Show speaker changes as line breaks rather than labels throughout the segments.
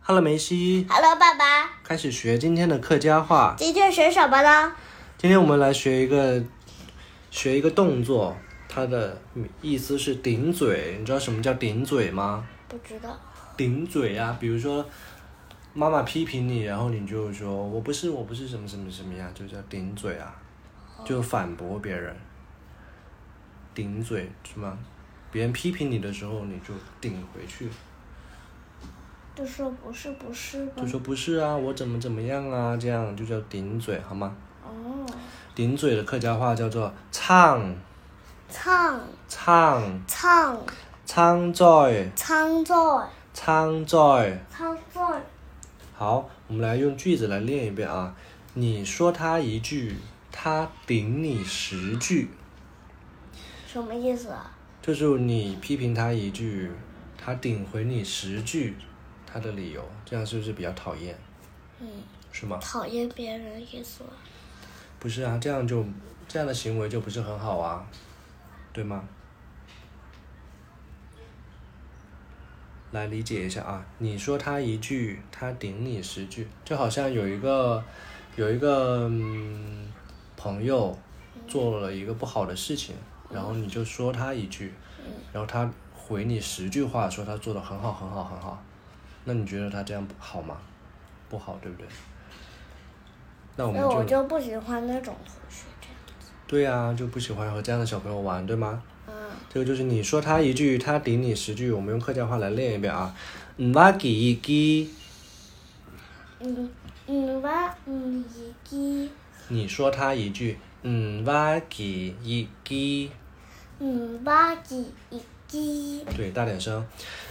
Hello，梅西，
Hello，爸爸，
开始学今天的客家话。
今天学什么呢？
今天我们来学一个，学一个动作，它的意思是顶嘴。你知道什么叫顶嘴吗？
不知道。
顶嘴呀、比如说妈妈批评你，然后你就说我不是，我不是什么什么什么呀，就叫顶嘴啊，就反驳别人。顶嘴是吗？别人批评你的时候，你就顶回去。
就说不是不是吧
就。说不是啊，我怎么怎么样啊，这样就叫顶嘴，好吗？
哦，
顶嘴的客家话叫做唱
唱
唱
唱
唱嘴
唱作
唱嘴。
唱作，
好，我们来用句子来练一遍啊。你说他一句，他顶你十句，
什么意思啊？
就是你批评他一句，他顶回你十句，他的理由，这样是不是比较讨厌？
嗯，
是吗？
讨厌别人的意思。
不是啊，这样就这样的行为就不是很好啊，对吗？来理解一下啊，你说他一句，他顶你十句，就好像有一个有一个、嗯、朋友做了一个不好的事情，然后你就说他一句，然后他回你十句话，说他做的很好很好很好，那你觉得他这样好吗？不好，对不对？那我们
那
就
我就不喜欢那种同学这样。
对呀、就不喜欢和这样的小朋友玩，对吗？
嗯，
这个就是你说他一句，他顶你十句，我们用客家话来练一遍啊。唔拉几一几，
嗯嗯吧，嗯一鸡，
你说他一句，唔拉几一几，
嗯吧几一鸡，
对，大点声，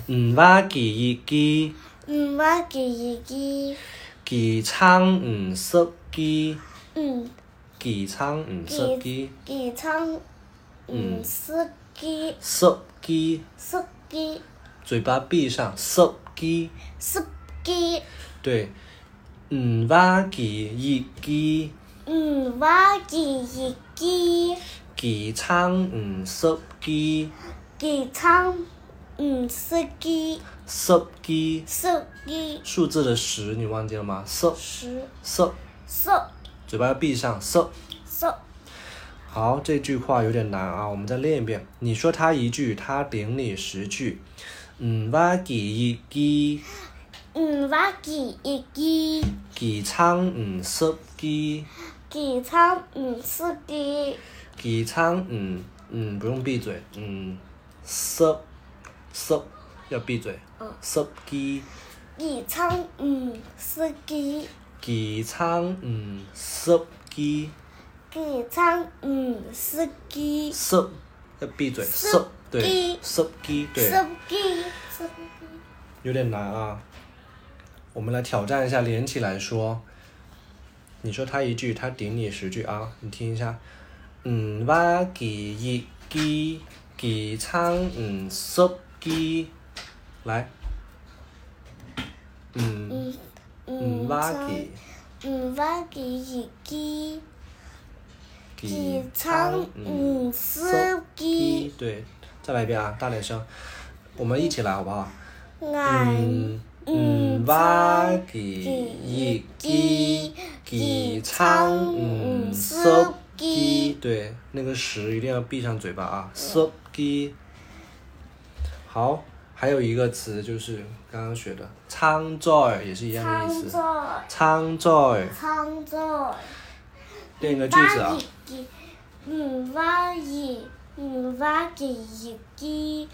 唔拉几一几，
嗯吧几一鸡，
几仓唔识几，
嗯
几嗯仓唔识几，
几唱，嗯四鸡
识几，
四鸡
嘴巴闭上，识几，
四鸡。
对，唔拉几一几，
嗯，我记一记，
几嗯仓唔识几。
记仓嗯是记
十几
是记
数字的十，你忘记了吗？十
十
十，
十
嘴巴要闭上。十。
十
好，这句话有点难啊，我们再练一遍。你说他一句，他顶你十句。嗯，哇几一几
嗯，我记一记，
几仓嗯十几
记仓嗯是记
几仓嗯嗯不用闭嘴嗯十十要闭嘴
嗯
十几
记仓嗯是记
几仓嗯十几
记仓嗯是记
十要闭嘴十
十
对
几
十几对。
是记是
有点难啊。我们来挑战一下，连起来说。你说他一句，他顶你十句啊！你听一下，嗯哇几一几几仓嗯十几，来，嗯
嗯
嗯
嗯
哇
仓
几
嗯我记一记，
几
记仓
仓嗯
嗯
十
是记
几，。对，再来一遍啊，大点声，我们一起来好不好？
俺
嗯，挖几一几几仓嗯十几，对，那个十一定要闭上嘴巴啊，十几。好，还有一个词就是刚刚学的仓在，也是一样的意
仓
思。
着
仓在，
仓着，
练一个句子
挖
啊，
一几，嗯挖一，嗯挖几一几，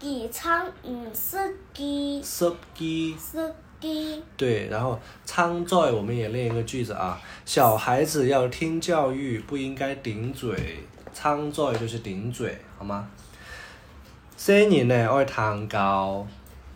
几仓嗯是几
十几。
是几，
对，然后苍在我们也练一个句子啊，小孩子要听教育，不应该顶嘴。苍在就是顶嘴，好吗？细年呢爱谈教，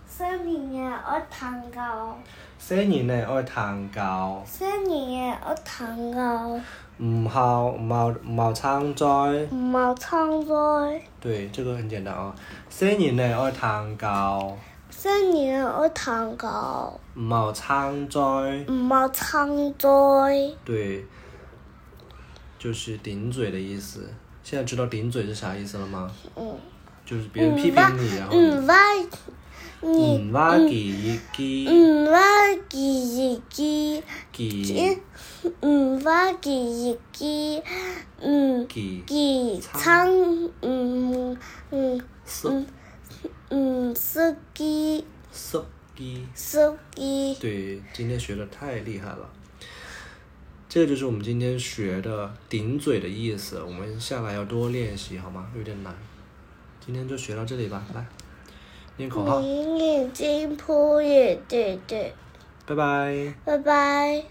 三年的我糖糕，
细年呢爱谈教，
三年的我糖糕，
唔好唔好唔好苍在。
冇仓着，
对，这个很简单啊。细年呢爱谈教，
三年的我糖糕，
唔好苍在。
冇仓着。
对，就是顶嘴的意思。现在知道顶嘴是啥意思了吗？
嗯
就是别人批评你，然后你
嗯，我嗯你
唔蛙几几
唔挖几几嗯
几
唔嗯挖几几唔
几
几仓嗯唔唔
十
唔司机
十几。
司机
对，今天学的太厉害了。这就是我们今天学的顶嘴的意思，我们下来要多练习，好吗？有点难，今天就学到这里吧。来，念口
嗯
号，
你眼睛扑也对对，
拜拜。
拜拜。